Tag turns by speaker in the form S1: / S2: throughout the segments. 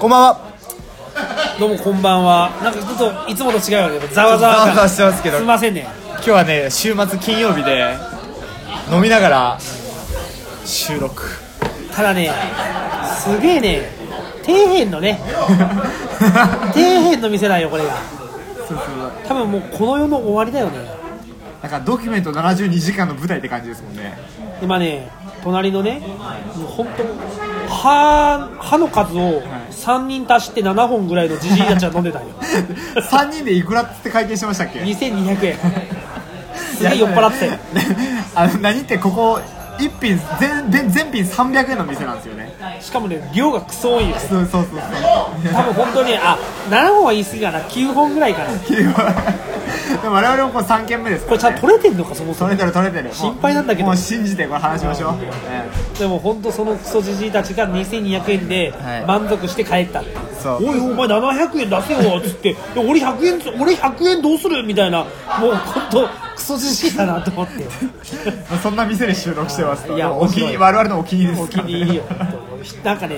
S1: こんばんは
S2: どうもこんばんはなんかちょっといつもと違うよねざわざ
S1: ざわ
S2: わ
S1: ざわ
S2: が
S1: してますけど
S2: すいませんね
S1: 今日はね週末金曜日で飲みながら収 録
S2: ただねすげえね底辺のね底辺の店だよこれが
S1: そうそう
S2: 多分もうこの世の終わりだよね
S1: なんかドキュメント72時間の舞台って感じですもんね
S2: 今ね隣のねもう本当歯歯の数を3人足して7本ぐらいのじじいたちが飲んでたんよ
S1: 3人でいくらって会計してましたっけ
S2: 2200円すげえ酔っ払ってたよ
S1: あの何ってここ一品全全全品300円の店なんですよね
S2: しかもね量がクソ多いよ
S1: そうそうそうそう
S2: 多分本当にあ7本は言い過ぎかな9本ぐらいかな
S1: でも我々もこれ3軒目です
S2: こ
S1: か
S2: れちゃ
S1: ら、
S2: ん
S1: ね、
S2: と取れてんのかそもそ
S1: 取れ
S2: も
S1: てる取れてる
S2: 心配なんだけど
S1: もうもう信じてこれ話しましょう、ね
S2: でも本当そのクソじじいたちが2200円で
S1: はい
S2: 満足して帰ったって、
S1: そう
S2: おいお前700円出せよっつっていや俺100円つ俺100円どうするみたいなもう本当クソじじいだなと思って
S1: そんな店で収録してますと
S2: いや
S1: お気に入り
S2: 面白い
S1: 我々のお気に入りで
S2: お
S1: す
S2: 気
S1: から、ね、
S2: に入りよ本当なんかね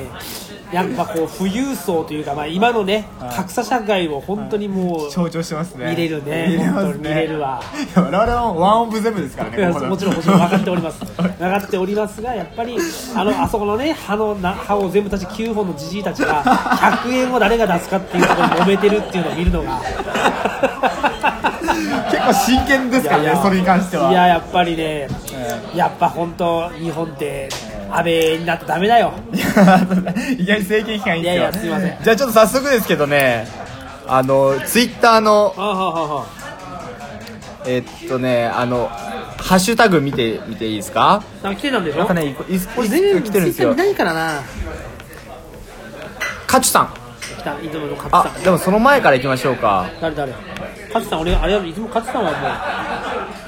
S2: やっぱこう富裕層というか、まあ、今のね格差社会を本当にもう
S1: 象徴してますね
S2: 見れるね
S1: 見れます
S2: 本当に
S1: ね
S2: 見れるわ
S1: いや我々もワンオブゼムですから
S2: い
S1: ね
S2: や
S1: ここで
S2: もちろんもちろん分かっております 分かっておりますがやっぱりあのあそこのね歯のな歯を全部たち9本のじじいたちが100円を誰が出すかっていうところに揉めてるっていうのを見るの が
S1: 結構真剣ですからねそれに関してはい
S2: ややっぱりね、やっぱ本当日本って安倍になってダメだよ
S1: いやいきなり政権批判いいっすよ
S2: いやいやすいません
S1: じゃあちょっと早速ですけどねあのツイッターの
S2: はあはあはあは
S1: えっとねあのハッシュタグ見てみていいですか
S2: あなんか来てたんでし
S1: なん
S2: ょ
S1: かねいいい
S2: 俺
S1: い
S2: 全
S1: つ
S2: 部
S1: 来てるんですよ
S2: ツイッター見ないからな
S1: カチュさん
S2: 来たいつもの勝さ
S1: あ
S2: ん
S1: でもその前から行きましょうか
S2: 誰誰勝さん俺あれいつも勝さんはも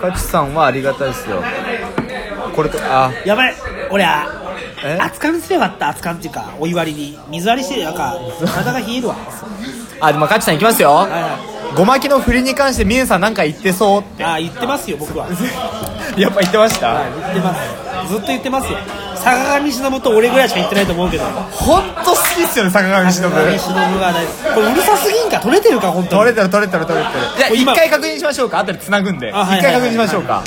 S1: カチュさんはありがたいですよこれとあ
S2: うやばい俺は
S1: え
S2: 熱燗すればあった熱燗っていうかお湯割りに水割りしてなんか体が冷えるわ
S1: あでもカチュさん行きますよ
S2: はいは
S1: ごまきの振りに関してミネさんなんか言ってそう って
S2: ああ言ってますよ僕は言
S1: や
S2: っ
S1: っぱ言ってました、
S2: てますずっと言ってますよ坂上忍と俺ぐらいしか言ってないと思うけど坂
S1: ほんと好きっすよね坂上忍
S2: 上忍は大好きこれうるさすぎんか取れてるか本当
S1: 取
S2: に
S1: れてる取れてる取れてるじゃあ一
S2: 今
S1: 回確認しましょうか後でつなぐんで一
S2: あはい
S1: 回確認しましょうかは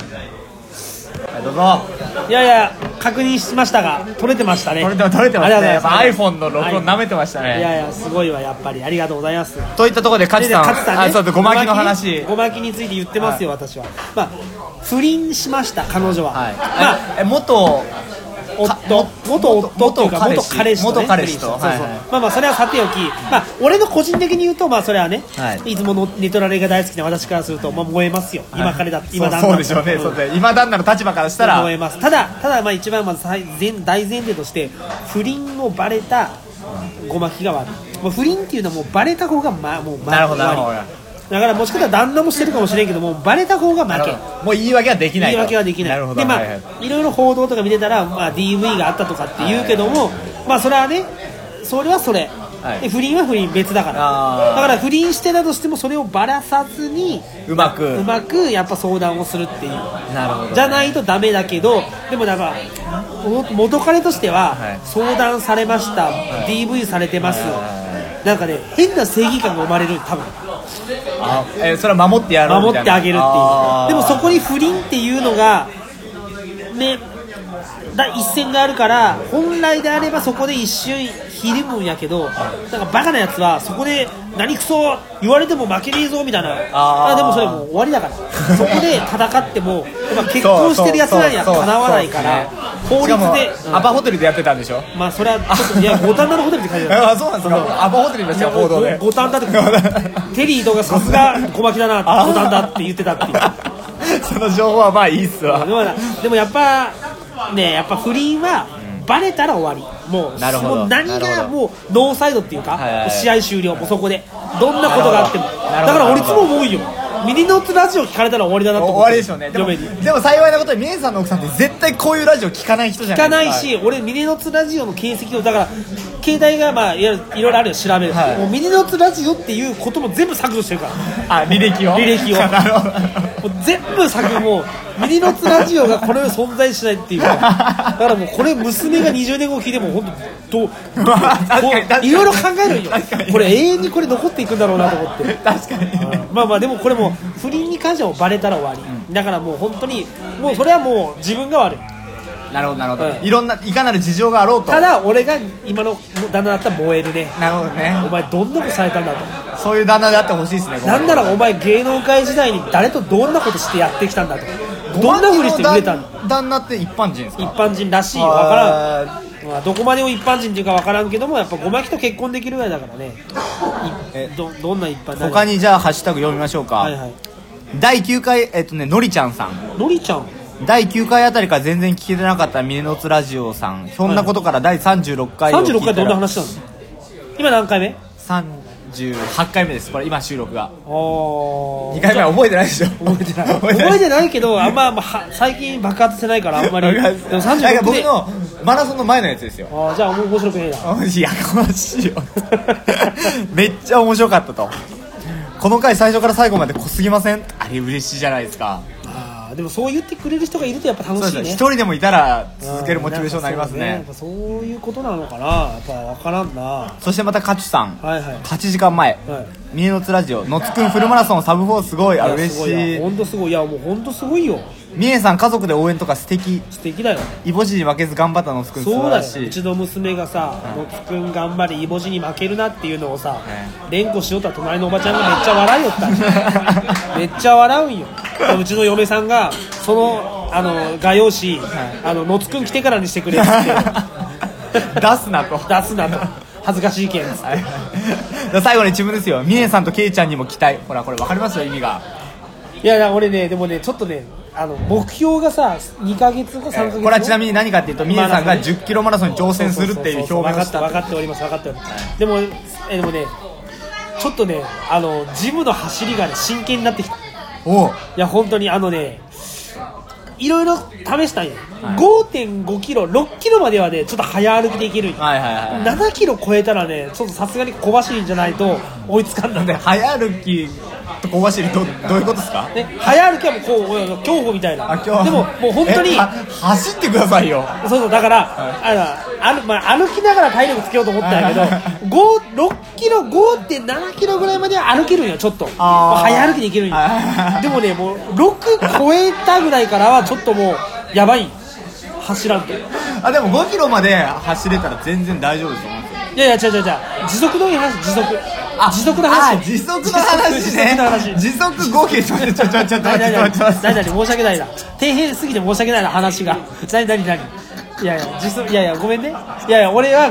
S1: いどうぞ
S2: いやいや確認しましたが取れてましたね
S1: 取れてます取れてますね
S2: あり
S1: や
S2: が
S1: っ
S2: と
S1: ぱ
S2: うございます
S1: iPhone の録音舐めてました
S2: い
S1: ね
S2: やいやすごいわやっぱりありがとうございます
S1: といったところで勝
S2: で
S1: さん
S2: 勝さんね
S1: あそうだごまきの話
S2: ごまきについて言ってますよ私はまあ不倫しました彼女は
S1: はい
S2: まあ
S1: ええ元
S2: 夫元夫っていうか元彼氏と、ね、
S1: 元彼氏と
S2: そうそう
S1: はいはい
S2: まあまあそれはさておき、まあ、俺の個人的に言うとまあそれはね、
S1: はい
S2: い、つものネトラレが大好きな私からすると、まあ、燃えますよ今彼だ、今旦
S1: そ
S2: 那
S1: うそうでしょうね
S2: ん
S1: そうだね今旦那の立場からしたら
S2: 燃えますただただまあ一番まず最前大前提として不倫をバレたごまきが悪いもう不倫っていうのはもうバレた方が、ま、もうま
S1: なるほどなる
S2: 悪い
S1: ほど
S2: だからもしかしたら旦那もしてるかもしれんけどもうバレた方が
S1: なる
S2: 負け
S1: ほどもう言い訳はできない
S2: 言い
S1: と
S2: 訳はできない
S1: なるほど
S2: でまあ、
S1: はい
S2: い
S1: はい
S2: ろいろ報道とか見てたら、まあ、DV があったとかって言うけども、まあそれはねそれはそれ、
S1: い
S2: で不倫は不倫別だから
S1: あー
S2: だから不倫してたとしてもそれをばらさずに
S1: うまく
S2: うまくやっぱ相談をするっていう
S1: なるほど
S2: じゃないとダメだけどでもだからも元彼としては、
S1: はい
S2: 相談されました、DV されてます、なんかね変な正義感が生まれる多分
S1: あえそれは守ってやろうみ
S2: 守
S1: たいな
S2: ってあげるっていう
S1: あー
S2: でもそこに不倫っていうのがねだ一線があるから本来であればそこで一瞬ひるむんやけどなんかバカなやつはそこで何クソ言われても負けねえぞみたいな
S1: あー
S2: でもそれもう終わりだからそこで戦ってもやっぱ結婚してるやつらにはかなわないから
S1: そう
S2: 法
S1: そうそうそう
S2: 律で
S1: し、かもアパホテルでやってたんでしょ
S2: うんまあそれはちょっとい や五反田のホテルって書いてある
S1: あそうなんですか アパホテルでし
S2: いや
S1: た報
S2: もう
S1: 道で
S2: 五反田って テリーとかさすが小牧だな五反田って言ってたっていう。
S1: その情報はまあいいっすわ
S2: でもなでもやっぱねやっぱ不倫はバレたら終わりもう
S1: なるほど
S2: もう何
S1: なる
S2: が
S1: ほど
S2: もうノーサイドっていうか、
S1: はいはいはい
S2: 試合終了もうそこでどんなことがあっても
S1: な
S2: だ
S1: るほど
S2: から俺いつも思うよミニノッツラジオ聞かれたら終わりだなと
S1: お
S2: 思って
S1: 終わりでしょうねでも
S2: 嫁に
S1: でも幸いなことにミネさんの奥さんって絶対こういうラジオ聞かない人じゃ
S2: 聞か
S1: な
S2: ないい
S1: ですか
S2: し、俺ミニノッツラジオの形跡をだから携帯がまあいやいろいろあるよ調べる、
S1: はい
S2: もうミニノーツラジオっていうことも全部削除してるから
S1: あ履歴を
S2: 履歴を
S1: なるほど
S2: もう全部作もうミニノツラジオがこれ世存在しないっていうだからもうこれ娘が20年後聞いても本当どう
S1: うわ確かに確
S2: こ
S1: か
S2: う
S1: に
S2: いろいろ考えるんよ
S1: 確かに
S2: これ永遠にこれ残っていくんだろうなと思って
S1: 確かに
S2: まあまあでもこれもう不倫に関してはもうバレたら終わり、だからもう本当にもうそれはもう自分が悪い
S1: なるほどなるほど、
S2: うん
S1: いろんないかなる事情があろうと
S2: ただ俺が今の旦那だったら燃えるね
S1: なるほど
S2: お
S1: ね
S2: 前どんなことされたんだと
S1: そういう旦那であってほしいですね
S2: なんならお前芸能界時代に誰とどんなことしてやってきたんだとどんなふうにして売れたんだ
S1: だ旦那って一般人です
S2: 一
S1: か
S2: 般人らしいわからん
S1: あー
S2: まあ、どこまでも一般人というか分からんけどもやっぱごまきと結婚できるぐらいだからね
S1: え
S2: いどどんな一般
S1: 他
S2: に
S1: にじゃあハッシュタグ読みましょうか、
S2: はいはい
S1: 第9回えっとねのりちゃんさん
S2: のりちゃん
S1: 第9回あたりから全然聞けてなかったミネノツラジオさんひょんなことから第36回を聞い
S2: 36
S1: たら
S2: 回どんな話なの今何回目あ
S1: 38回目ですこれ今収録が
S2: あ2
S1: 2回目は覚えてないでしょ
S2: 覚えてない
S1: 覚えて
S2: 覚
S1: な
S2: え
S1: い
S2: てないけどあんま、まあ、最近爆発してないからあん まりでも
S1: なんか
S2: 36
S1: 僕
S2: で
S1: のマラソンの前のやつですよ
S2: ああじゃあ面白くねえな
S1: あいやかましいよ めっちゃ面白かったとこの回最初から最後まで濃すぎませんあれ嬉しいじゃないですか
S2: あーでもそう言ってくれる人がいるとやっぱ楽
S1: そう
S2: しい
S1: ですね
S2: ね
S1: 一人でもいたら続けるモチベーションになりますね
S2: うんんかそうねやっぱそういうことなのかなやっぱ分からんなは
S1: そしてまたカチュさん、
S2: いはい
S1: 8時間前、
S2: はい
S1: ミネノツラジオのつくんフルマラソンサブ4すごいあ嬉しい
S2: 本当すごいいやもう本当すごいよ
S1: ミネさん家族で応援とか素敵
S2: 素敵だよ
S1: イボジに負けず頑張ったのつくん素
S2: そう
S1: 晴ら
S2: だよ
S1: し
S2: う
S1: い
S2: ちの娘がさ「のつくん頑張れイボジに負けるな」っていうのをさ連呼しよったら隣のおばちゃんがめっちゃ笑いよったんよ めっちゃ笑うんようちの嫁さんがそのあの画用紙「あののつくん来てからにしてくれ」っつって
S1: 出すなと
S2: 出すなと恥ずかしいけんっつって
S1: はい最後に自分ですよミネさんとケイちゃんにも期待ほらこれ分かりますよ意味が
S2: いやいや俺ねでもねちょっとねあの目標がさ2ヶ月後3ヶ月後
S1: これはちなみに何かっていうとミネさんが1 0キロマラソンに挑戦するっていう表明をし
S2: 分かった分
S1: た
S2: かっております分かっておりますでもえでもねちょっとねあのジムの走りがね真剣になってきたい
S1: おう
S2: や本当にあのねいろいろ試したん
S1: は
S2: よ、
S1: い
S2: 5.5キロ6キロまではねちょっと早歩きでいけるんよ、
S1: はいはいはい
S2: 7キロ超えたらねちょっとさすがに小走りじゃないと追いつかんな
S1: なん
S2: ん
S1: で
S2: だよ
S1: 早歩きと小走りどどういうことですか
S2: ね、早歩きはもうこううん競歩みたいな
S1: あ今日
S2: でももう本当に
S1: えは走ってくださいよ
S2: そうそうだから、あのあるまあ、歩きながら体力つけようと思ったんやけど
S1: はい
S2: 5 6キロ5.7キロぐらいまでは歩けるんよちょっと
S1: あー
S2: まあ早歩きでいけるんよ
S1: はい
S2: でもねもう6超えたぐらいからはちょっともうやばい走らんとい
S1: あでも5キロまで走れたら全然大丈夫ですと思うんですよ
S2: やいや違う違う違う持続のいい話持続
S1: あ
S2: 持続の話
S1: あ時速の話ね
S2: 時速の 話
S1: 時速5キロちょちょちょちょちょちょちょ
S2: 何々
S1: ちょちょ
S2: 何々申し訳ないな底辺すぎて申し訳ないな話が何何何いやいや実際いやいやごめんねいやいや俺は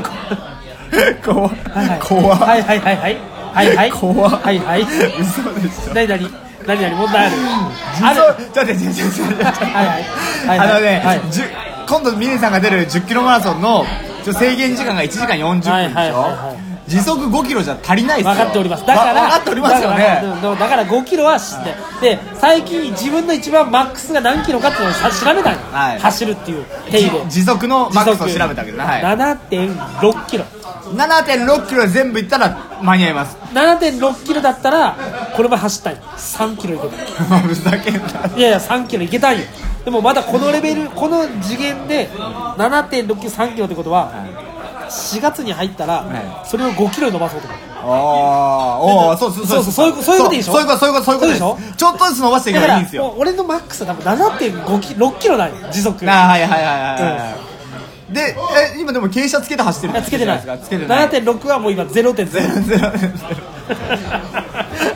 S2: こ
S1: 怖っ
S2: はいはい
S1: 怖っ
S2: はいはいはいはいはいはい
S1: 怖っ
S2: はいはい
S1: 嘘でしょ
S2: 何何何何問題ある
S1: 時
S2: あ
S1: 速
S2: る
S1: ちょっと待ってちょっと待ってちょっと待って
S2: はいはいはいはい
S1: あのね、
S2: はい
S1: じゅ今度ミネさんが出る10キロマラソンのちょ制限時間が1時間40分でしょ、
S2: はいはいはいは
S1: 時速5キロじゃ足りないですよ
S2: 分かっておりますだから
S1: わ分かっておりますよ
S2: だから
S1: ね
S2: だからだから5キロは知ってで最近自分の一番マックスが何キロかっていうのをさ調べたんよ
S1: はい
S2: 走るっていう手入れ
S1: 時速のマックスを調べたわけどね、はい、
S2: 7.6キロ
S1: 7.6キロ全部いったら間に合い ます
S2: 7.6キロだったらこれ前走ったんよ3キロいけた
S1: ふざけんない
S2: やいや3キロいけたんよでもまだこのレベルこの次元で7 6 9 3キロってことは4月に入ったら
S1: は
S2: それを5キロに伸ばそうと思う
S1: あーおーそうそうそう
S2: そうそうそういう
S1: そう
S2: そういうことでしょ
S1: いうことそういうことそういうことです
S2: そうで
S1: ちょっとずつ伸ばしていけ
S2: だか
S1: ばいい
S2: ら
S1: んですよ
S2: もう俺のマックスは多分7.5キロ6キロなんよ時速
S1: あーはいはいはいはいはいはいでえ今でも傾斜つけて走ってる
S2: いやつけてない
S1: じゃですかつけてない
S2: 7.6はもう今0.0
S1: ゼロゼロゼロ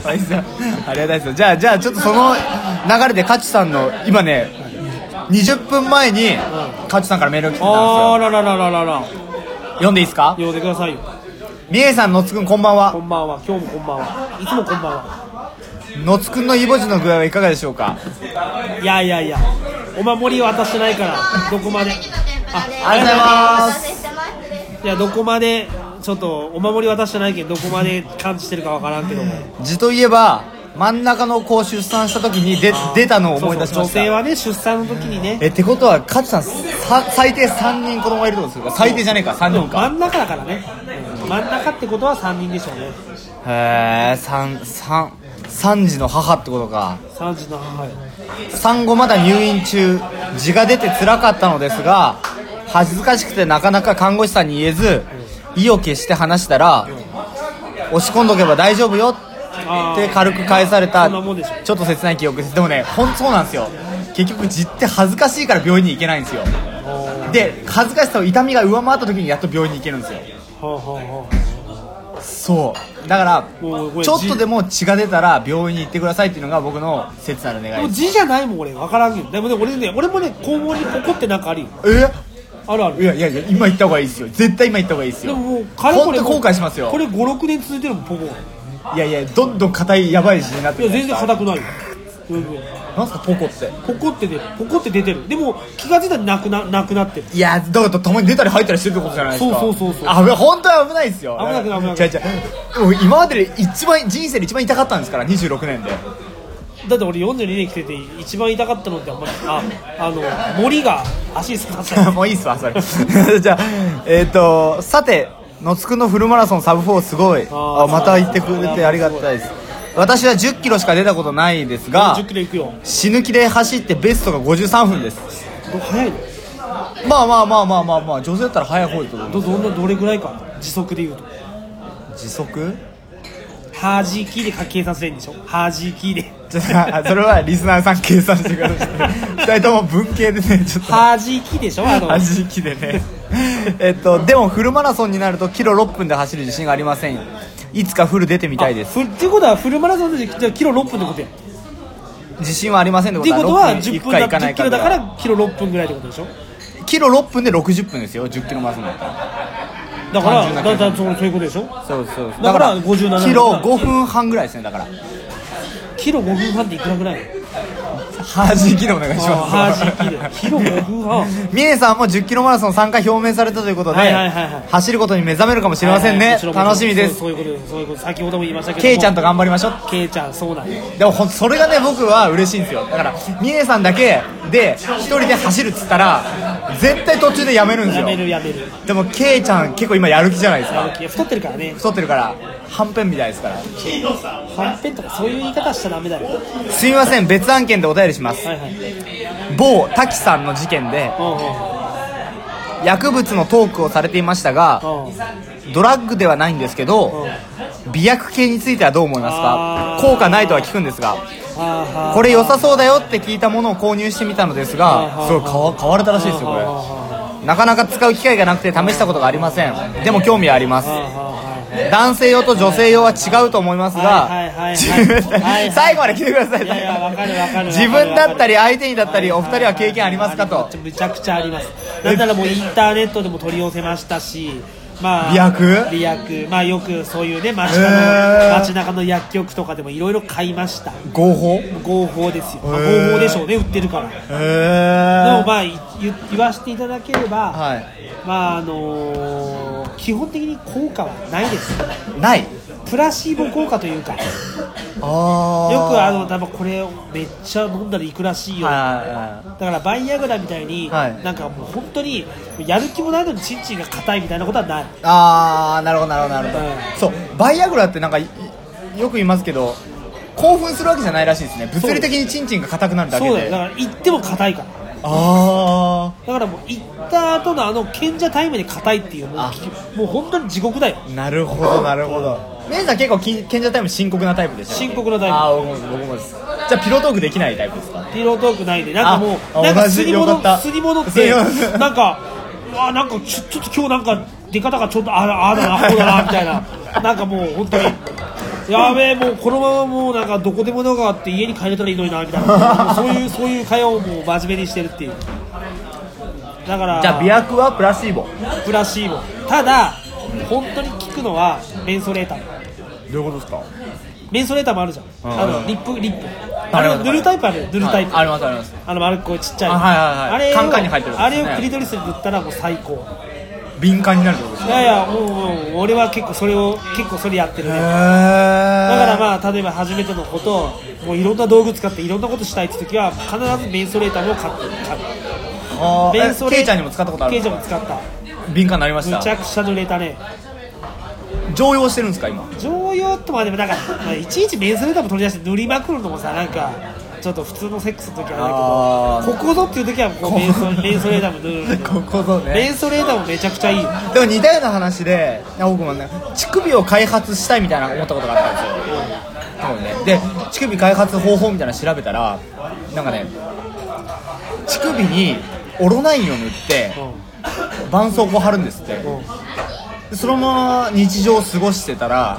S1: まあい いですよありがたいですよじゃあじゃあちょっとその流れでカチさんの今ね20分前にカチさんからメールが来てた
S2: あ
S1: んで
S2: らららららら
S1: すよ読んでいいですか
S2: 呼んでくださいよ
S1: みえさんのつくんこんばんは
S2: こんばんは今日もこんばんはいつもこんばんは
S1: のつくんのイボジの具合はいかがでしょうか
S2: いやいやいやお守り渡してないからどこまで
S1: ありがとうございます
S2: いやどこまでちょっとお守り渡してないけどどこまで感じてるかわからんけども
S1: 字といえば真ん中の子を出産した時にで出たのを思い出しました
S2: 女性はね出産の時にね
S1: えってことは勝さんさ最低3人子供がいるってことですか最低じゃねえか3
S2: でも
S1: 人
S2: 真
S1: か
S2: ん中だからねうん真ん中ってことは3人でしょうね
S1: へえ3時の母ってことか
S2: 3児の母よ
S1: 産後まだ入院中字が出て辛かったのですが恥ずかしくてなかなか看護師さんに言えず意を決して話したら押し込んどけば大丈夫よ
S2: あ
S1: って
S2: ー
S1: 軽く返された
S2: そんなもんでしょ
S1: ちょっと切ない記憶ですでもね本当そうなんですよ結局字って恥ずかしいから病院に行けないんですよで恥ずかしさを痛みが上回った時にやっと病院に行けるんですよ
S2: ほうほうほ
S1: そうだから
S2: もうこれ
S1: ちょっとでも血が出たら病院に行ってくださいっていうのが僕の切なる願
S2: うで
S1: い
S2: も
S1: です
S2: 字じゃないもん俺分からんよでもね俺ね俺もね肛門にポコってなんかあるよ
S1: え
S2: あるある
S1: いやいやいや今行った方がいいですよ絶対今行った方がいいです
S2: で
S1: よ
S2: ももうかれこれ
S1: ほんと後悔しますよ
S2: これ56年続いてるもんポコい
S1: いやいやどんどん硬いやばい字になって
S2: や
S1: る
S2: 全然硬くないよ全然
S1: なんすかポコって
S2: ポコって出るポコって出てるでも気が付いたらなくななくなってる
S1: いやだからたまに出たり入ったりしてるってことじゃないですか
S2: そうそうそうそう
S1: あ本当は危ないですよ
S2: 危なくない危なくない
S1: 違う違うもう今までで一番人生で一番痛かったんですから26年で
S2: だって俺42年来てて一番痛かったのってあんまりああの森が足に刺さっ た
S1: もういいっすわそれ じゃあえっ、とさて野津くんのフルマラソンサブ4すごい
S2: あー
S1: あまた行ってくれてありがたいです私は1 0キロしか出たことないですが
S2: 10キロいくよ
S1: 死ぬ気で走ってベストが53分です
S2: ど速いの
S1: まあまあまあまあまあまあ女性だったら早い方だと思う
S2: どどんなどれぐらいか時速で言うと
S1: 時速
S2: はじきで計算すれんでしょはじきで
S1: ちょっとあそれはリスナーさん計算してください2人とも文系でねちょっと
S2: はじきでしょあの
S1: 味気でねえっとでもフルマラソンになるとキロ6分で走る自信がありませんいつかフル出てみたいです
S2: ふっていうことはフルマラソンでじゃあキロ6分ってことやっ
S1: 自信はありませんってこ
S2: てい
S1: とは
S2: うことは
S1: 6分
S2: 10
S1: 行
S2: 分
S1: くか
S2: だ
S1: 行かな
S2: 10
S1: い
S2: キ
S1: か
S2: ロだ
S1: だ
S2: か
S1: から
S2: らキロ6分ぐらいってことでしょ
S1: キロ6分で60分ですよ10キロマラソンだったら
S2: だから
S1: 単純な
S2: だ
S1: 計
S2: だ
S1: 算
S2: だそうそういうことでしょ
S1: そうそうそう
S2: だから57
S1: キロ5分半ぐらいですねだから
S2: キロ5分半っていくらぐらい
S1: 恥気でお願いします
S2: はじきでキロ5分半
S1: ミネさんも1 0キロマラソン参加表明されたということで、
S2: はいはいはいはい
S1: 走ることに目覚めるかもしれませんね、
S2: はいはいもちろもちろ
S1: 楽しみです
S2: そうそういうことですそういうことです先ほども言いましたけど
S1: ケイちゃんと
S2: か
S1: 頑張りましょう
S2: ケイちゃんそうなんよ
S1: でもほんそれがね僕は嬉しいんですよだからミネさんだけで一人で走るっつったら絶対途中でやめるんです
S2: や
S1: よ
S2: めるやめる
S1: でもケイちゃん結構今やる気じゃないですか
S2: やる気太ってるからね
S1: 太ってるからはんぺんみたいですから
S2: はんぺんとかそういう言い方しちゃダメだよは
S1: すみません別案件でお便りします
S2: いはい
S1: 某滝さんの事件で
S2: う
S1: 薬物のトークをされていましたが
S2: んうんうん
S1: ドラッグではないんですけど美薬系についてはどう思いますか
S2: あー
S1: 効果ないとは聞くんですが
S2: あー
S1: これ良さそうだよって聞いたものを購入してみたのですが
S2: あー
S1: すごい買わ買われたらしいですよこれ
S2: あー
S1: なかなか使う機会がなくて試したことがありませんでも興味はあります
S2: あーあー
S1: 男性用と女性用は違うと思います
S2: はい
S1: が
S2: はいはいはい
S1: 自分
S2: はいはい
S1: 最後まで聞いてください
S2: いやいやわかるわかる
S1: 自分だったり
S2: わかるわか
S1: 相
S2: る
S1: 手にだったりお二人は経験ありますかと
S2: むちゃくちゃありますなんならもうインターネットでも取り寄せましたしまあ
S1: 媚薬
S2: 媚薬まあよくそういうね街
S1: へ
S2: 中
S1: ー
S2: の街中の薬局とかでもいろいろ買いました
S1: 合法へ
S2: 合法ですよ、まあ
S1: へー
S2: 合法でしょうね売ってるからでも
S1: え
S2: まあい言言わせていただければ、
S1: はい
S2: まああのー基本的に効果はないです
S1: ない
S2: プラシーボ効果というかよ
S1: ああ
S2: くあの多分これをめっちゃ飲んだらいくらしいよ
S1: は
S2: だからバイアグラみたいに、
S1: はい
S2: なんかもう本当にやる気もないのにチンチンが硬いみたいなことはない
S1: いああなるほどなるほどなるほ
S2: うん
S1: どそうバイアグラってなんかいよく言いますけど興奮するわけじゃないらしいですね物理的にチンチンが硬くなるだけ
S2: そうだ
S1: で
S2: よだ
S1: あ
S2: から行っても硬いから
S1: あ
S2: だからもう行った後のあの賢者タイムで硬いっていうもう
S1: あ
S2: もう本当に地獄だよ
S1: なるほどなるほどメイさん結構き賢者タイム深刻なタイプでした
S2: 深刻なタイプ
S1: ああ僕も僕もですじゃあピロートークできないタイプですか
S2: ピロートークないでなんかも
S1: あ
S2: うなん
S1: 同
S2: か
S1: じ
S2: すり
S1: よかった
S2: 物すり物って
S1: すり物
S2: なんかうわなんかちょちょっと今日なんか出方がちょっとあああだなこうだなみたいななんかもう本当にやべえもうこのままもうなんかどこでもよかって家に帰れたらいいのになみたいなそういうそういう会話をもう真面目にしてるっていうだから
S1: じゃあ美薬はプラシーボど
S2: プラシーボただ本当に効くのはメンソレーター
S1: ういうことですか
S2: メンソレーターもあるじゃん、
S1: うん
S2: あのリップリップあれ
S1: はい
S2: 塗るタイプある塗るタイプ、
S1: はいありますあります
S2: あの丸っこいちっちゃい
S1: あはいはいはい
S2: あれを
S1: カンカンに入ってるんです
S2: あ
S1: ね
S2: れをクリドリスに塗ったらもう最高
S1: 敏感になるってことでし
S2: いやいやもうもう俺は結構それを結構それやってる
S1: ょ
S2: ねだ
S1: だ
S2: からまあ例えば初めてのこともういろんな道具使っていろんなことしたいって時は必ずメンソレーターも買って買う
S1: あ
S2: メンソ
S1: ーえ
S2: レ
S1: ケイちゃんにも使ったことあ
S2: ケイ
S1: る
S2: ちゃんも使った
S1: 敏感になりまし
S2: むちゃ
S1: た
S2: くちゃ濡れたね
S1: 常用してるんですか今
S2: 常用とまでもなんか、まあ、いちいちメンソレーターも取り出して塗りまくるのもさなんかちょっと普通のセックスの時はあれだけどここぞっていう時はこうメンソメンソレーターも塗るんだけ
S1: こ
S2: ど
S1: こぞ
S2: メンソレーターもめちゃくちゃいい
S1: でも似たような話で僕もね乳首を開発したいみたいな思ったことがあったんですよ、で乳首開発方法みたいなの調べたらなんかね乳首にオロナインを塗って
S2: う
S1: 絆創膏貼るんですって
S2: んうん
S1: でそのまま日常を過ごしてたら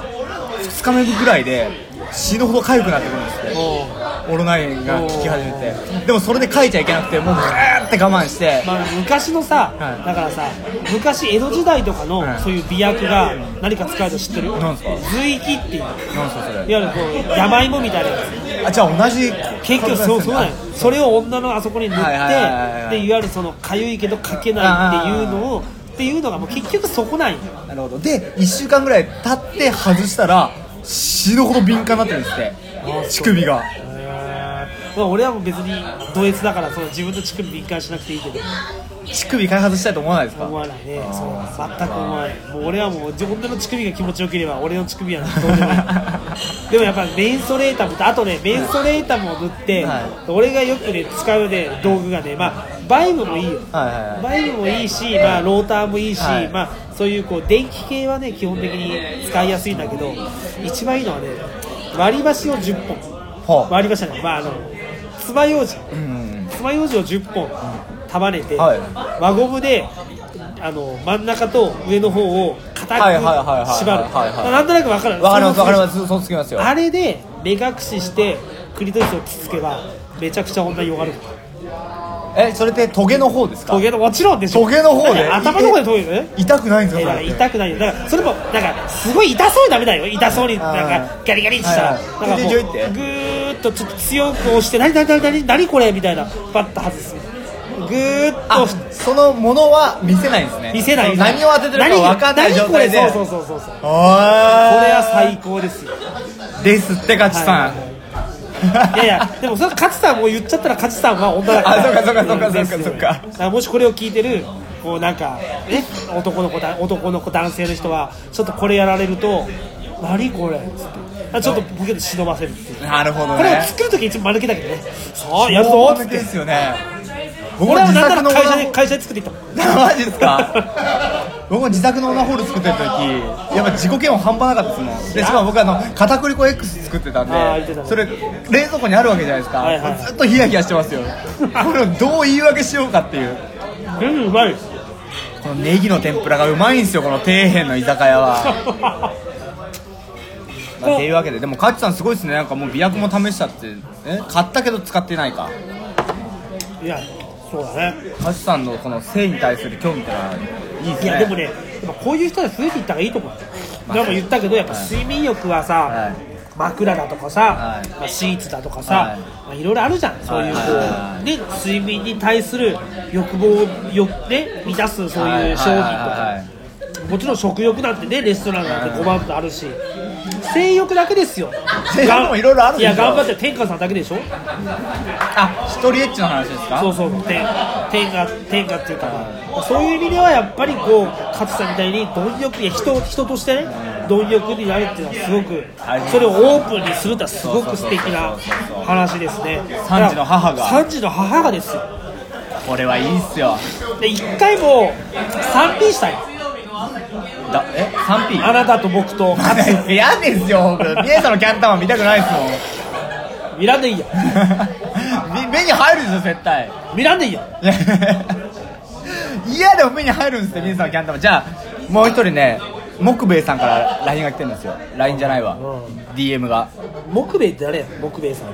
S1: 2日目ぐらいで死ぬほど痒くなってくるんですって
S2: も
S1: オロナインが効き始めてでもそれで書いちゃいけなくてもうグーって我慢して
S2: う、まあ、昔のさ、
S1: はい
S2: だからさ昔江戸時代とかの、
S1: はい
S2: そういう美薬が何か使うの知ってる
S1: なんすか
S2: 随気っていういわ
S1: なんすかそれ
S2: ゆるこう山芋みたいなやつ
S1: あじゃあ同じ
S2: 結局そうそうなんよそれを女のあそこに塗って、
S1: はいはいはいはい
S2: でいわゆるその痒いけどかけないっていうのをっていうのがもう結局そこない
S1: なるほどで1週間ぐらい経って外したら死ぬほど敏感になってるんですって乳首が
S2: まあ、俺はもう別にド S だからその自分の乳首敏感しなくていいけど
S1: 乳首開発したいと思わないです
S2: 思
S1: か
S2: わないねそう全く思わないもう俺はもう女の乳首が気持ちよければ俺の乳首はどうでもいいでもやっぱメンソレーターもあとねメンソレーターも塗って、
S1: は
S2: 俺がよくね使うね道具がねまあバイブもいい
S1: は
S2: よ
S1: いはいはい
S2: バイブもいいし、まあ、ローターもいいし、
S1: はい
S2: まあ、そういうこう電気系はね基本的に使いやすいんだけど一番いいのはね割り箸を10
S1: ほう
S2: 本割り箸じゃない、まあ、あの爪楊枝
S1: うん
S2: 爪楊枝を10本束ねて、
S1: は
S2: 輪ゴムであの真ん中と上の方を固く
S1: はいはいはいはい
S2: 縛る
S1: はいはい
S2: なんとなく分かる
S1: わかりますわかりますすそうつきますよ
S2: あれで目隠ししてクリトリスをつつけばめちゃくちゃ女よがる
S1: えそれってトゲの方ですか
S2: トゲのもちろんでしょ
S1: トゲの方で
S2: だって頭の方でトゲね
S1: 痛くないんです
S2: えだ
S1: かそ
S2: から
S1: れって
S2: 痛くないよだからそれもなんかすごい痛そうにダメだよ痛そうに
S1: あー
S2: なんかガリガリってしたら
S1: はいはい
S2: なん
S1: ジ
S2: かも
S1: ョ
S2: う
S1: イジョイって
S2: グーッとちょっと強く押して何何何何何これみたいなパッと外すグーッ
S1: あ
S2: と
S1: そのものは見せないんですね
S2: 見せない
S1: 何を当ててるか分かんない
S2: 何
S1: 状態で
S2: 何これそうそうそうそうそうこ
S1: おー
S2: れは最高ですよ
S1: ですってガチさん、
S2: いやいやでもそれ勝さんも言っちゃったら勝さんは女だから
S1: あそうかそうかそうかそうか
S2: です
S1: そうか
S2: だらもしこれを聞いてるこうなんかね男の子だ男の子男性の人はちょっとこれやられると「何これ」っつってあちょっとポケット忍ばせるっていう
S1: なるほど
S2: これを
S1: ね
S2: 作るときいつも間抜けだけどねさあやるぞ
S1: 大
S2: っつっ
S1: 抜け
S2: て
S1: ですよね僕
S2: 俺は
S1: 自
S2: なん
S1: 作
S2: な
S1: の
S2: ら
S1: オナ
S2: 会社
S1: ホ
S2: で会社で作っていったもん
S1: マジですか僕も自作のオナホール作ってる時やっぱ自己嫌悪半端なかったですもんでしかも僕あの片栗粉 X 作ってたんで
S2: あー言ってたね
S1: それ冷蔵庫にあるわけじゃないですか、
S2: はいはい
S1: ずっとヒヤヒヤしてますよこれをどう言い訳しようかっていう
S2: うんうまい
S1: このネギの天ぷらがうまいんですよこの底辺の居酒屋 は、まあっていうわけででもカチさんすごいですねなんかもう美薬も試したってえ買ったけど使ってないか
S2: いやそうだね
S1: カチさんのこの性に対する興味ってのはいいですね
S2: いやでもね、やっぱこういう人が増えていった方がいいと思う。
S1: まあ
S2: でも言ったけど、やっぱ
S1: はい
S2: 睡眠欲はさ、
S1: はい
S2: 枕だとかさ、
S1: はい
S2: まあ、シーツだとか
S1: は
S2: さ
S1: い、
S2: まあいろいろあるじゃん、そういうこ
S1: は
S2: う、
S1: いはいはい
S2: ね、睡眠に対する欲望をよ、ね、満たすそういう商品と
S1: はいはいはい
S2: か
S1: は、
S2: もちろん食欲なんてね、レストランなんて5万とあるし、性欲だけですよ、
S1: 性欲もいろいろあるでしょ
S2: いや、頑張って、天下さんだけでしょ、
S1: あ一人エッチの話ですか
S2: そうそう、天天下、天下っていうか、そういう意味ではやっぱりこう、勝さんみたいに貪欲、いや人人としてね、貪欲になるっていうのはすごく
S1: はい、
S2: それをオープンにするってのはすごく素敵な話ですね。
S1: 三児の母が
S2: 3児の母がですよ。
S1: これはいいっすよ
S2: で、一回も 3P したい。
S1: だえ 3P?
S2: あなたと僕と勝 つ。
S1: 嫌ですよ僕ミエさんのキャンタマン見たくないですもん
S2: 見らんでいいよ。
S1: み目に入るでしょ絶対
S2: 見らんでいいよ。
S1: いや嫌でも目に入るんですってミエさんのキャンタマンじゃあもう一人ね木兵衛さんから LINE が来てるんですよ LINE じゃないわ
S2: うん
S1: DM が
S2: 木兵衛って誰や木兵衛さん。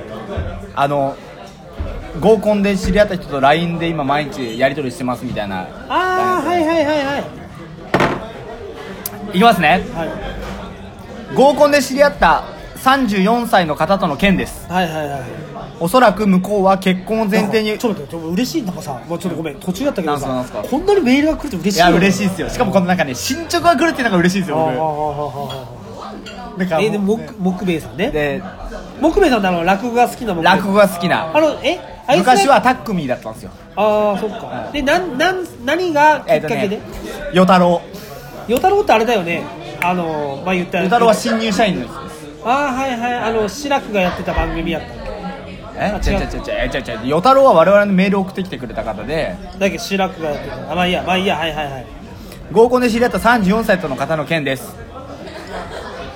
S1: あの合コンで知り合った人と LINE で今毎日やり取りしてますみたいな
S2: あー、はいはいはいはい。
S1: いきますね
S2: はい、
S1: 合コンで知り合った34歳の方との件です
S2: はいはいはい
S1: おそらく向こうは結婚を前提に
S2: ちょっと待ってちょっと嬉しいなんかさもうちょっとごめん途中だったけ
S1: な
S2: ど
S1: んすかな
S2: さ
S1: んすか
S2: こんなにメールが来ると嬉し
S1: い
S2: いよ
S1: や嬉しいですよしかもこのなんかね進捗が来るっていうのが嬉しいです
S2: あああああ
S1: よ僕だか
S2: ああ
S1: ら
S2: あえで
S1: もう
S2: もく木兵衛さんね
S1: で
S2: 木兵衛さんってあの落語が好きな木
S1: 落語が好きな
S2: あのえあいつが
S1: 昔はタックミーだったんですよ
S2: ああそっかでなんなん何がき
S1: え
S2: っ
S1: っ
S2: か
S1: と
S2: け
S1: ね
S2: で
S1: 与太郎
S2: 与太郎ってあれだよねあのまあ言った
S1: 与
S2: ら
S1: 太郎は新入社員です
S2: ああはいはいあの志らくがやってた番組やったん
S1: え
S2: あ
S1: 違
S2: 違
S1: う
S2: う
S1: 違う違う違う違う与太郎は我々のメールを送ってきてくれた方で
S2: だっけ志らくがやってたあまあいいやまあいいやはいはいはい
S1: 合コンで知り合った34歳との方の件です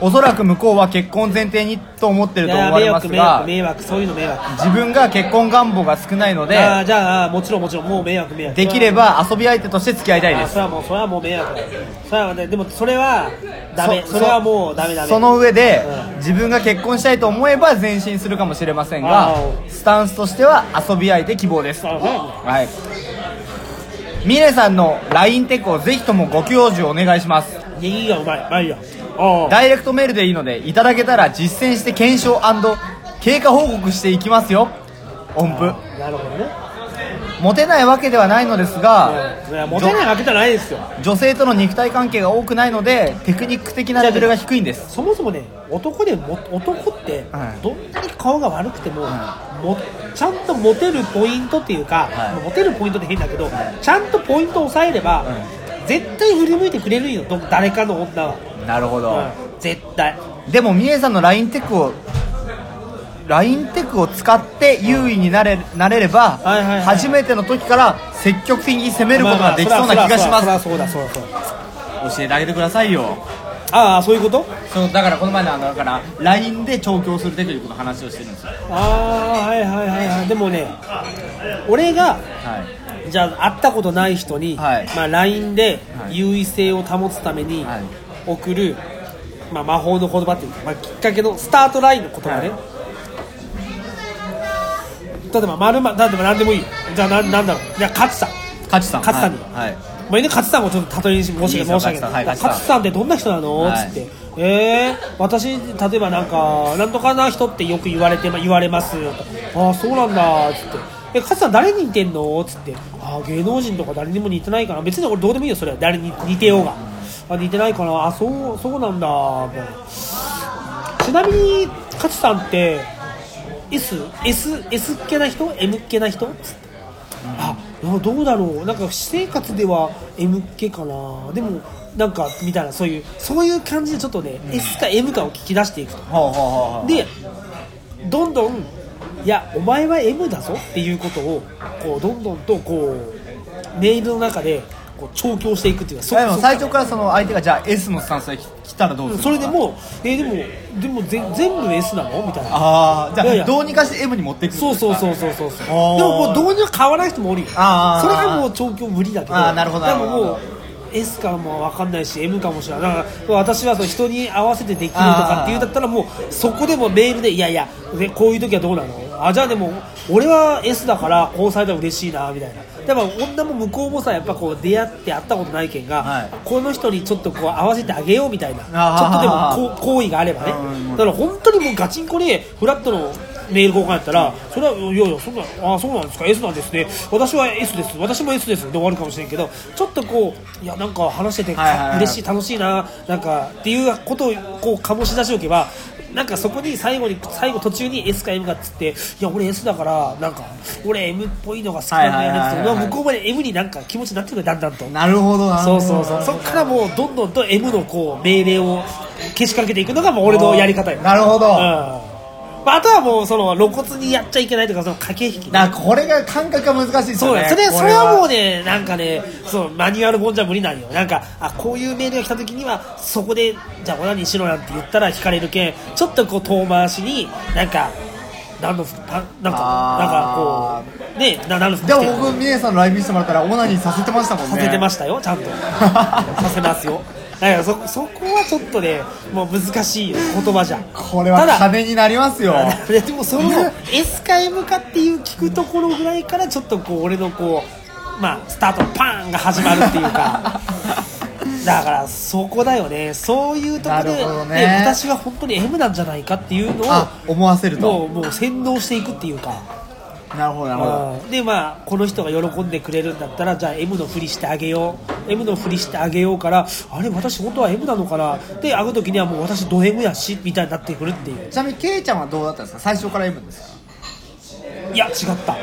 S1: おそらく向こうは結婚前提にと思ってる
S2: い
S1: と
S2: や
S1: 思わ
S2: ー迷
S1: れま
S2: 惑
S1: す
S2: 迷惑
S1: が
S2: 迷惑そういうの迷惑
S1: 自分が結婚願望が少ないので
S2: ああじゃああーもちろんもちろんもう迷惑迷惑
S1: できれば遊び相手として付き合いたい
S2: あ
S1: で
S2: ー
S1: す
S2: それはもうそれはもう迷惑だそれはねでもそれはダメそれはもうダメダメ
S1: その上で、
S2: うん
S1: 自分が結婚したいと思えば前進するかもしれません
S2: あ
S1: が
S2: ー
S1: スタンスとしては遊び相手希望です
S2: あはい
S1: はいミネさんの LINE テクをぜひともご教授お願いします
S2: ネギがうまいまあいいやああ
S1: ダイレクトメールでいいのでいただけたら実践して検証経過報告していきますよ音符
S2: なるほどね
S1: モテないわけではないのです
S2: いや
S1: が
S2: モテないわけじゃないですよ
S1: 女女性との肉体関係が多くないのでテクニック的なレベルが低いんです
S2: そもそもね男でも男って
S1: はい
S2: どんなに顔が悪くても,、もちゃんとモテるポイントっていうか、
S1: はい
S2: モテるポイントって変だけど、ちゃんとポイントを抑えれば、絶対振り向いてくれるんよど誰かの女は、
S1: なるほど、
S2: うん絶対
S1: でもミネさんの LINE テクを LINE テクを使って優位になれなれれば、
S2: はいはいはい
S1: 初めての時から積極的に攻めることができそうな気がします、
S2: まあまあそりゃそうだそうだそうだそうだ
S1: 教えてあげてくださいよ
S2: ああそういうこと
S1: そうだからこの前のあのだから LINE で調教するテクニックの話をしてるんですよ
S2: ああはいはいはいはいでもね俺が
S1: はい
S2: じゃあ会ったことない人に、
S1: はい
S2: まあ、LINE で
S1: はい
S2: 優位性を保つために
S1: はい
S2: 送る、まあ、魔法の言葉っていうか、まあ、きっかけのスタートラインの言葉ね、例えば丸ま、例えば何でもいいよじゃあななんだろうじゃあ勝さん
S1: 勝さん
S2: 勝さんに
S1: はい、
S2: まあ、いいね勝さんをちょっと例えにし申し
S1: いい
S2: 訳
S1: ですよ
S2: 申し訳ない、
S1: 勝さんはい
S2: 勝さんってどんな人なの、
S1: はい
S2: つってえー、私例えばなんかなんとかな人ってよく言われてま言われますああそうなんだつってえ勝さん誰に似てんのつってああ芸能人とか誰にも似てないから別に俺どうでもいいよそれは誰に似てようがあ似てないかなあそうそうなんだみたいなちなみに勝さんって SS 系な人 M 系な人つってあどうだろうなんか私生活では M 系かなでもなんかみたいなそういうそういう感じでちょっとね、S か M かを聞き出していくと
S1: ほうほうほうほう
S2: でどんどん「いやお前は M だぞ」っていうことをこうどんどんとこうメールの中でこう調教していくっていうかそ
S1: でも
S2: そ
S1: 最初からその相手がじゃあ S のスタンスで来たらどうするの
S2: それでもう「えでもでもぜ全部 S なの?」みたいな
S1: ああじ
S2: いや
S1: ゃ
S2: いや
S1: あどうにかして M に持っていく
S2: そうそうそうそうそうそうで
S1: あー
S2: ももうどうにも変わらなくてもおるよそれ
S1: あー
S2: がもう調教無理だけど
S1: あーなるほど
S2: でもも
S1: なる
S2: う
S1: ほ
S2: S かも分かんないし M かもしれないだから私はその人に合わせてできるとかっていうんだったらもうそこでもメールで「いやいやでこういう時はどうなのあ」じゃあでも俺は S だからこうされたら嬉しいなみたいなでも女も向こうもさやっぱこう出会って会ったことないけんが、
S1: はい
S2: この人にちょっとこう合わせてあげようみたいな
S1: あ
S2: ちょ
S1: ー
S2: っとでもこう行為があればね、
S1: うん
S2: だから本当にもうガチンコでフラットのメール交換やったら、それは、いやいや、そんな、ああ、そうなんですか、S なんですね、私は S です、私も S ですで終わるかもしれんけど、ちょっとこう、いや、なんか話してて、
S1: はいはいはい
S2: 嬉しい、楽しいな、なんかっていうことをこう醸し出しておけば、なんかそこに最後に、最後途中に S か M かっつって、いや、俺 S だから、なんか、俺 M っぽいのが好きなんだよねっつって
S1: はいはいはいはい
S2: 向こうまで M になんか気持ちになってくる、だんだんと。
S1: なるほどなる
S2: そ
S1: ほど
S2: うそうそうそっからもうどんどんと M のこう命令をけしかけていくのがもう俺のやり方よ、うんま
S1: なるほど、だ
S2: あ、あとはもうその露骨にやっちゃいけないとかその駆け引き
S1: からこれが感覚が難しいです
S2: そ
S1: よ
S2: うや
S1: ね
S2: それ
S1: こ
S2: それはもうねなんかねそうマニュアル本じゃ無理なんよなんかあこういうメールが来た時にはそこでじゃあオナニーしろなんて言ったら引かれるけんちょっとこう遠回しになんか何の服パンなんか
S1: あ
S2: なんかこうねな何の服
S1: で
S2: 着てる
S1: も僕ミネさんのライブ見せてもらったらオナニーさせてましたもんね
S2: させてま
S1: し
S2: したよちゃんと。
S1: た
S2: させますよだからそそこはちょっとねもう難しいよ言葉じゃん
S1: これは
S2: ただ
S1: 金になりますよ
S2: あ でもその S か M かっていう聞くところぐら いからちょっとこう俺のこうまあスタートパーンが始まるっていうかだからそこだよねそういうところで、
S1: なるほどね
S2: で私は本当に M なんじゃないかっていうの
S1: あ思わせる
S2: をも
S1: と
S2: うもう洗脳していくっていうか
S1: なるほどなるほど
S2: うんでまあこの人が喜んでくれるんだったらじゃあ M のふりしてあげよう M のふりしてあげようからあれ私本当は M なのかなで会う時にはもう私ド M やしみたいになってくるっていう
S1: ちなみにケイちゃんはどうだったんですか最初から M ですか
S2: いや違った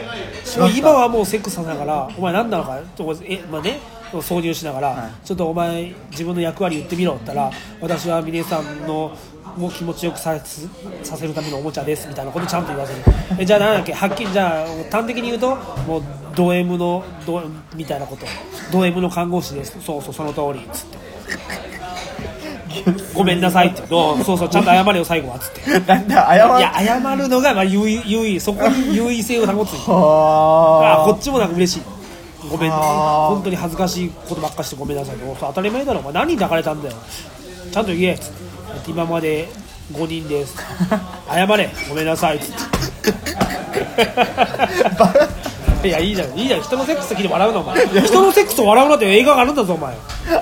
S2: もう今はもうセックスさながらお前何なのかとえまあね挿入しながら、
S1: はい
S2: ちょっとお前自分の役割言ってみろって言ったら私は峰さんのもう気持ちよくさせさせるためのおもちゃですみたいなことちゃんと言わせるえじゃあ何だっけはっきりじゃあ端的に言うともうド M のドみたいなことド M の看護師ですそうそうその通りっつ ってごめんなさいってどうそうそうちゃんと謝れよ最後はっつって
S1: なんだ謝
S2: い
S1: る
S2: や謝るのがまあ優位優位そこに優位性を保つあ
S1: は
S2: こっちもなんか嬉しいごめん
S1: あー
S2: 本当に恥ずかしいことばっかしてごめんなさいお当たり前だろお前何人抱かれたんだよちゃんと言えつってだって今まで5人です謝れごめんなさいつって いやいいじゃんいいじゃん人のセックス先に笑うなお前人のセックスを笑うなっていう映画があるんだぞお前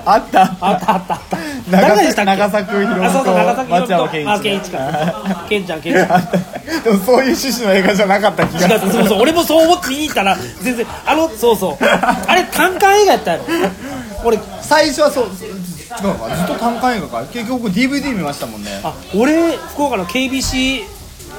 S1: あった
S2: あったあったあった
S1: 長
S2: 誰でしたっけ
S1: 長作宏美と
S2: あそうそう長作宏美と
S1: 松山ケンイチ
S2: あケンイチかケンちゃんケンちゃん
S1: あったでもそういう趣旨の映画じゃなかった気
S2: 違
S1: が
S2: うそうそう俺もそう思って見に行ったら全然あのそうそうあれ単館映画やったやろ俺
S1: 最初はそうず違うかずっと単館映画か結局僕 DVD 見ましたもんね
S2: あ俺福岡の KBC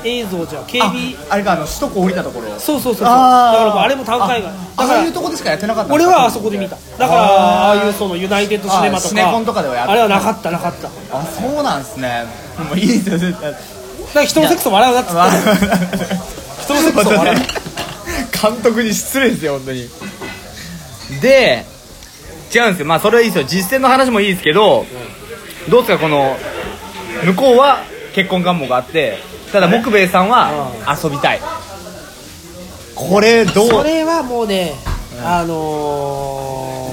S2: 映像じゃん KB
S1: ああれかあの首都高降りたところ
S2: そうそうそうそうだ
S1: あー
S2: からもうあれも単館映画だ
S1: ああ
S2: か
S1: いう
S2: ら
S1: とこでしかやってなかったんで
S2: 俺
S1: すか
S2: はあそこで見ただからあ
S1: あー
S2: あいうそのユナイテッドシネマ
S1: あ
S2: と
S1: シネ
S2: か
S1: コンとかではやっ
S2: あれはなかったなかっただか
S1: あそうなんですねもういいですよ絶対
S2: ら人のセックスを笑うなっつって
S1: わ
S2: 人のセックスを笑う
S1: 監督に失礼ですよ本当にで違うんですよまあそれはいいですよ実践の話もいいですけど、どうですかこの向こうは結婚願望があってただ木兵衛さんは遊びたいこれど
S2: そうれはもうね、あの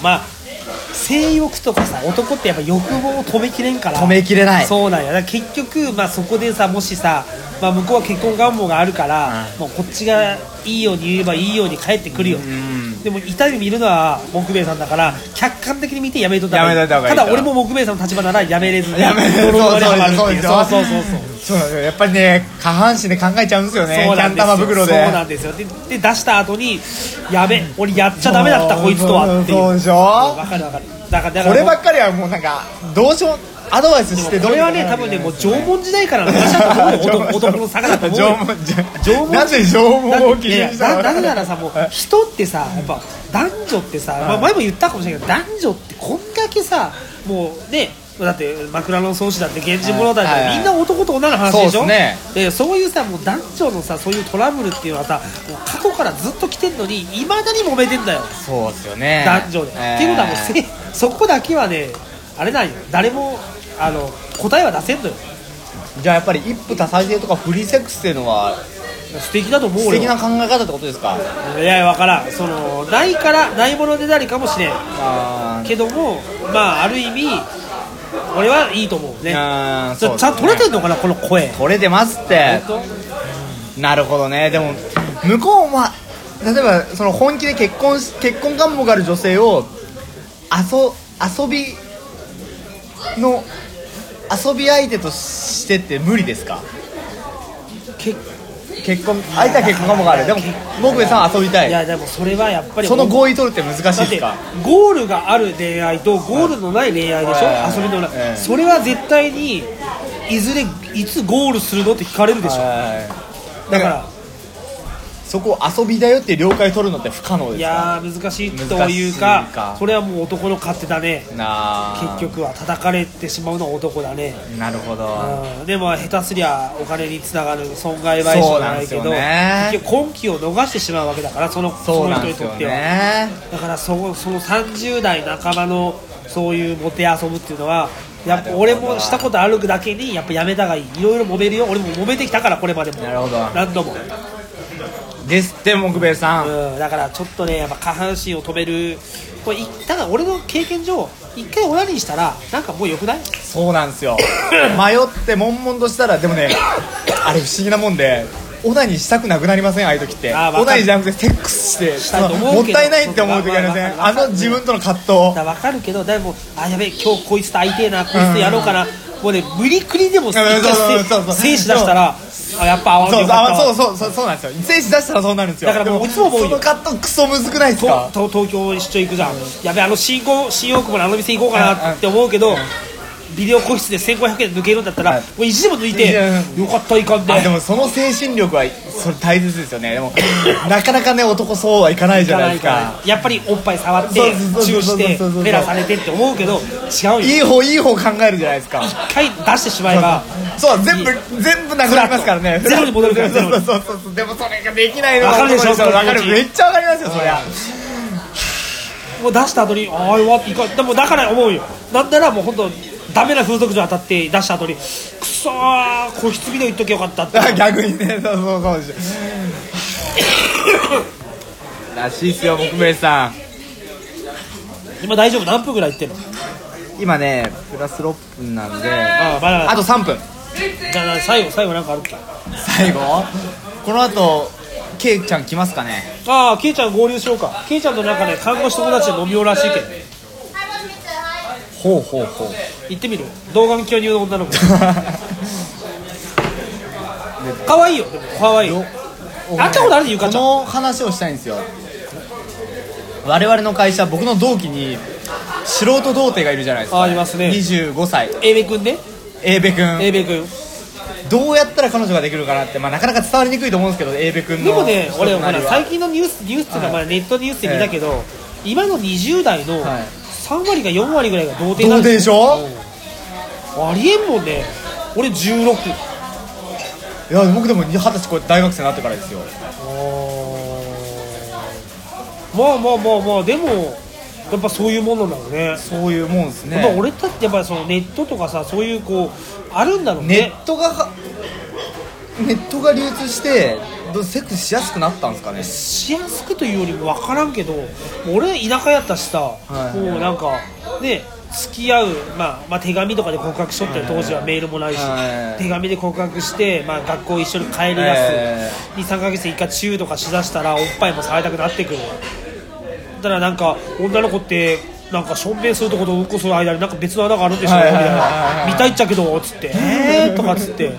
S2: ー、まあ性欲とかさ男ってやっぱ欲望を止めきれんから
S1: 止めきれない
S2: そうなんやだから結局、まあ、そこでさもしさ、まあ、向こうは結婚願望があるから、もうこっちがいいように言えばいいように帰ってくるよ、
S1: ん
S2: でも痛い目見るのは木兵衛さんだから客観的に見てやめとった
S1: やめといた方がいい
S2: ただ俺も木兵衛さんの立場ならやめれず に
S1: やめ
S2: 泥
S1: そう
S2: 沼に
S1: そう
S2: はまるっていう
S1: そう
S2: そうそうそ
S1: そ
S2: うそう
S1: うなんですよやっぱりね下半身で考えちゃうんですよね
S2: そう
S1: キャ
S2: なん
S1: ン
S2: ですよ
S1: 玉袋で
S2: そうなんですよでで出した後にやべ俺やっちゃダメだったこいつとはっていう
S1: そうでしょ
S2: わかるわかるだからだから
S1: こればっかりはもうなんかどうしようアドバイスしてど
S2: こ
S1: うに
S2: れ
S1: かならな
S2: はね多分
S1: い
S2: ねもう縄文時代からの話だと 思うよ男男の差だと思うよ
S1: 縄文じゃ
S2: 縄文
S1: なぜ縄文を
S2: だ
S1: 気に
S2: ね
S1: した
S2: な
S1: の
S2: なぜならさもう人ってさやっぱ男女ってさ、まあ、前も言ったかもしれないけど男女ってこんだけさもうねだって枕の創始だって源氏物語だって、
S1: はい
S2: みんな男と女の話でし
S1: そう
S2: ょ
S1: っすね
S2: でそういうさもう男女のさそういうトラブルっていうのはさもう過去からずっと来てんのにいまだに揉めてんだよ
S1: そうですよね
S2: 男女で、っていうことはもうせそこだけはねあれなんよ誰もあの答えは出せんのよ
S1: じゃあやっぱり一夫多妻制とかフリーセックスっていうのは
S2: 素敵だと思う
S1: 素
S2: よ
S1: 敵な考え方ってことですか
S2: いや分からんそのないからないものでなりかもしれん
S1: あ
S2: けどもまあある意味俺はいいと思うね
S1: あ
S2: ちゃちゃんと取れてんのかなこの声
S1: 取れてますって
S2: 本
S1: なるほどねでも向こうも例えばその本気で結婚し結婚願望がある女性を遊遊びの遊び相手としてって無理ですか
S2: 当け
S1: 結婚相手は結婚願望があるでも僕部さんは遊びた
S2: い
S1: い
S2: やでもそれはやっぱり
S1: その
S2: ゴ
S1: 合意取るって難しい
S2: だっ
S1: で
S2: て
S1: すか
S2: ゴールがある恋愛とゴールのない恋愛でしょ、
S1: はい
S2: 遊びの
S1: え
S2: ない、
S1: え
S2: それは絶対にいずれいつゴールするのって聞かれるでし
S1: は
S2: ょ、
S1: いだ
S2: だか
S1: から
S2: ら
S1: そこを遊びだよって了解取るのって不可能で
S2: い
S1: すか
S2: やー難しいというか
S1: 難しいか
S2: それはもう男の勝手だね
S1: なあ
S2: 結局は叩かれてしまうのは男だね
S1: なるほど
S2: うんでも下手すりゃお金につながる損害賠償じゃないけど、
S1: そうなんです
S2: 結局根気を逃してしまうわけだからその
S1: そう
S2: の
S1: なん
S2: 人
S1: で
S2: に
S1: す
S2: と
S1: よ
S2: っては、
S1: ね
S2: だからそその30代半ばのそういうモテ遊ぶっていうのはやっぱ俺もしたことあるだけにやっぱやめたがいいいろいろ揉めるよ俺も揉めてきたからこれまでも
S1: なるほど
S2: 何度も、
S1: ですって木兵衛さん
S2: うん、だからちょっとねやっぱ下半身を止めるこれいただ俺の経験上一回オナニーしたらなんかもう良くない
S1: そうなんですよ迷って悶々としたらでもねあれ不思議なもんでオナニーしたくなくなりませんああいう時って
S2: あーわかる
S1: オナニーじゃなくてセックスして
S2: したいと思うけど
S1: もったいないって思う時ありませ
S2: わかる
S1: ん
S2: わ
S1: あ
S2: かる
S1: の自分との葛藤
S2: だ分かるけどでもあやべえ今日こいつと会いてえなこいつとやろうかな、もうね無理くりでも一
S1: そ
S2: 回
S1: うそうそうそう
S2: 精子出したらあやっぱ合わんで
S1: そう
S2: よかったわ
S1: そうそうそうそうなんですよ精子出したらそうなるんですよ
S2: だからもう
S1: で
S2: いつも思うよ
S1: その葛藤クソむずくないですか
S2: と東京出張行くじゃん、やべあの新大新大久保のあの店行こうかなって思うけど、ビデオ個室で1500円で抜けるんだったら、
S1: はい
S2: もう意地でも抜いて
S1: いや
S2: よかったいかんで
S1: あでもその精神力はそれ大切ですよねでもなかなかね男そうはいかないじゃないですか
S2: やっぱりおっぱい触ってチ
S1: そうそうそう
S2: ューして
S1: そうそうそうそう
S2: ペラされてって思うけど違うよ
S1: いい方いい方考えるじゃないですか
S2: 一回出してしまえば
S1: そう全部全部なくなりますからね
S2: ゼロに戻るからゼ
S1: そ
S2: ロ
S1: う
S2: に
S1: そうそうそうそうでもそれができないの
S2: わかるでしょ
S1: そうわか
S2: そ
S1: る
S2: の気持ち
S1: めっちゃわかりますよそりゃ
S2: もう出した後にああよかったいかんでもだから思うよなんならもう本当ダメな風俗場当たって出した後にくそー個室ビデオ行っときゃよかったって
S1: だから逆にねそうそうそうでしょらしいっすよ木明さん
S2: 今大丈夫何分ぐらい行ってんの
S1: 今ねプラス6分なんで
S2: ああまだまだ
S1: あと3分
S2: じゃあ最後最後なんかあるっけ
S1: 最後この後ケイちゃん来ますかね
S2: ああケイちゃん合流しようかケイちゃんとなんかね看護師友達で飲みようらしいけどね
S1: ほうほう ほう
S2: 行ってみる童顔巨乳の女の子可愛いよでも可愛いよ会ったことあるゆかちゃん
S1: この話をしたいんですよ我々の会社僕の同期に素人童貞がいるじゃないですか
S2: あいますね
S1: 25歳
S2: 英米くんね
S1: 英べ君
S2: 英米くん
S1: どうやったら彼女ができるかなって、まあ、なかなか伝わりにくいと思うんですけど英べ君の
S2: でもね俺ほ
S1: ま
S2: ら最近のニュースニュースっていうかまあネットニュースで見たけど、今の20代の
S1: はい
S2: 3割か4割ぐらいが童貞
S1: 童
S2: なん
S1: 貞でしょ
S2: ありえんもんね俺16
S1: いや僕でも二十歳こうやって大学生になってからですよ
S2: まあまあまあまあでもやっぱそういうものなのね
S1: そういうもんですね
S2: やっぱ俺たちってやっぱそのネットとかさそういうこうあるんだろう
S1: ネ
S2: ね
S1: ットがはネットが流通してどうセックスしやすくなったんですかね
S2: しやすくというよりも分からんけど俺田舎やったしさ、
S1: い
S2: もうなんかね付き合う、まあ、まあ手紙とかで告白しとったよ
S1: はい
S2: 当時はメールもないし、
S1: はい
S2: 手紙で告白して、まあ、学校一緒に帰り出
S1: え
S2: す、23ヶ月で1回チューとかしだしたらおっぱいも触りたくなってくるだからなんか女の子ってなんかしょんべんするとことうんこする間になんか別の穴があるんでしょみ
S1: は
S2: た
S1: い
S2: い
S1: はいはい
S2: な
S1: はい
S2: 見たいっちゃけどつって「えー」とかつって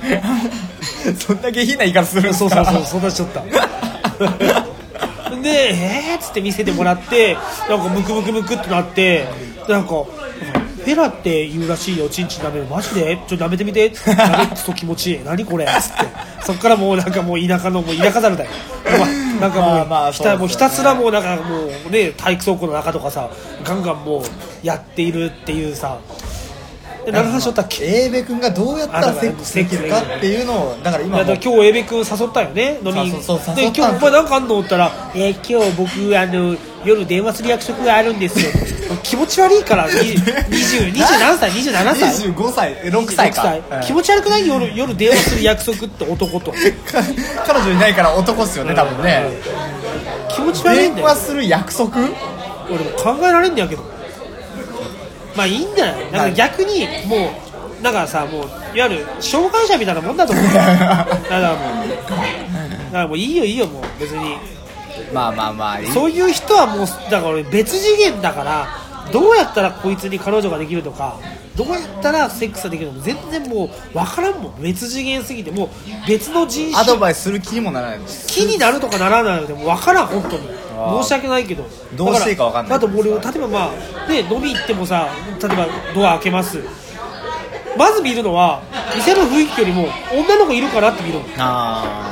S1: そんだけひな言い方するんです
S2: そう
S1: か
S2: そうそうそんなしち ゃったで、えーっつって見せてもらって、なんかムクムクムクってなって、なんか、フェラって言うらしいよ、チンチン舐める。マジでちょっと舐めてみて。舐めっと気持ちいい。 何これつって。そっからもうなんかもう田舎の、もう田舎猿だよ。もうなんかもう,、
S1: まあまあ
S2: ひ
S1: そうですよね
S2: たもうひたすらもうなんかもうね、体育倉庫の中とかさ、ガンガンもうやっているっていうさ。で、何の話しとったっけ
S1: 英べ君がどうやったらセックスできるかっていうのをだから
S2: い
S1: 今
S2: や
S1: も
S2: だ
S1: う
S2: から今日エベ君誘ったよね飲み
S1: そうそう
S2: で
S1: 誘
S2: 今
S1: っ
S2: 日
S1: たんですよ
S2: お前なんかあんのって言ったら「えー今日僕あの夜電話する約束があるんですよ」 気持ち悪いから2020何歳27歳
S1: 25歳え6歳か
S2: 26
S1: はい
S2: 気持ち悪くない夜夜電話する約束って男と
S1: か 彼女いないから男っすよね多分ね
S2: 気持ち悪い
S1: 電
S2: んだよ
S1: 話する約束
S2: 俺も考えられんだけどまあいいんだよなんか逆にもうだからさもういわゆる障害者みたいなもんだ と思うだからもうだからもういいよいいよもう別に
S1: まあまあまあいい
S2: そういう人はもうだから俺別次元だからどうやったらこいつに彼女ができるとかどうやったらセックスができるのか全然もう分からんもん別次元すぎてもう別の人
S1: アド
S2: 種
S1: バイスする気にもならないです
S2: 気になるとかならないのでも分からん本当に
S1: あー
S2: 申し訳ないけど
S1: どうしていいか分かんない
S2: だらだと俺例えばまあで飲み行ってもさ例えばドア開けますまず見るのは店の雰囲気よりも女の子いるかなって見るの
S1: あ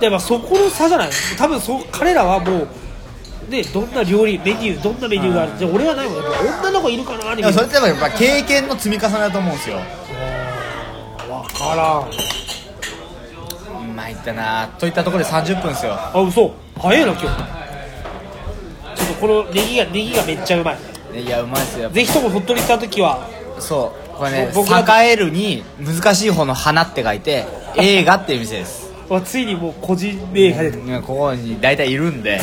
S2: でまあそこの差じゃない多分そう彼らはもうでどんな料理メニューどんなメニューがあるじゃあ俺はないもんやっぱ女の子いるかなっ
S1: で
S2: て
S1: もそれってやっぱ経験の積み重ねだと思うんですよ
S2: 分からん
S1: まいったなといったところで30分ですよ
S2: あ嘘早いな今日ちょっとこのネギがネギがめっちゃうまい
S1: いやうまいっすよ
S2: ぜひとも鳥取行った時は
S1: そうこれね
S2: 僕が
S1: 栄えるに難しい方の花って書い て映画っていう店です
S2: わついにもう個人名が出てる
S1: ねここに大体いるんで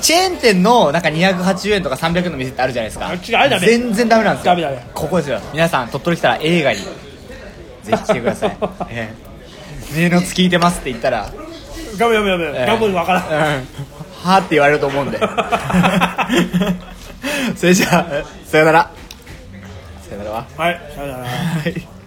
S1: チェーン店のなんか280円とか300円の店ってあるじゃないですか
S2: あ違うあれダメ
S1: 全然ダメなんですよ
S2: ダメダメ
S1: ここですよ皆さん鳥取来たら映画にぜひ来てください、ええ胸のつ聞いてますって言ったら、
S2: ガムガムガム
S1: えー
S2: ガムわからん
S1: うんはーって言われると思うんで それじゃあさよならさよならは
S2: はいさよなら
S1: はい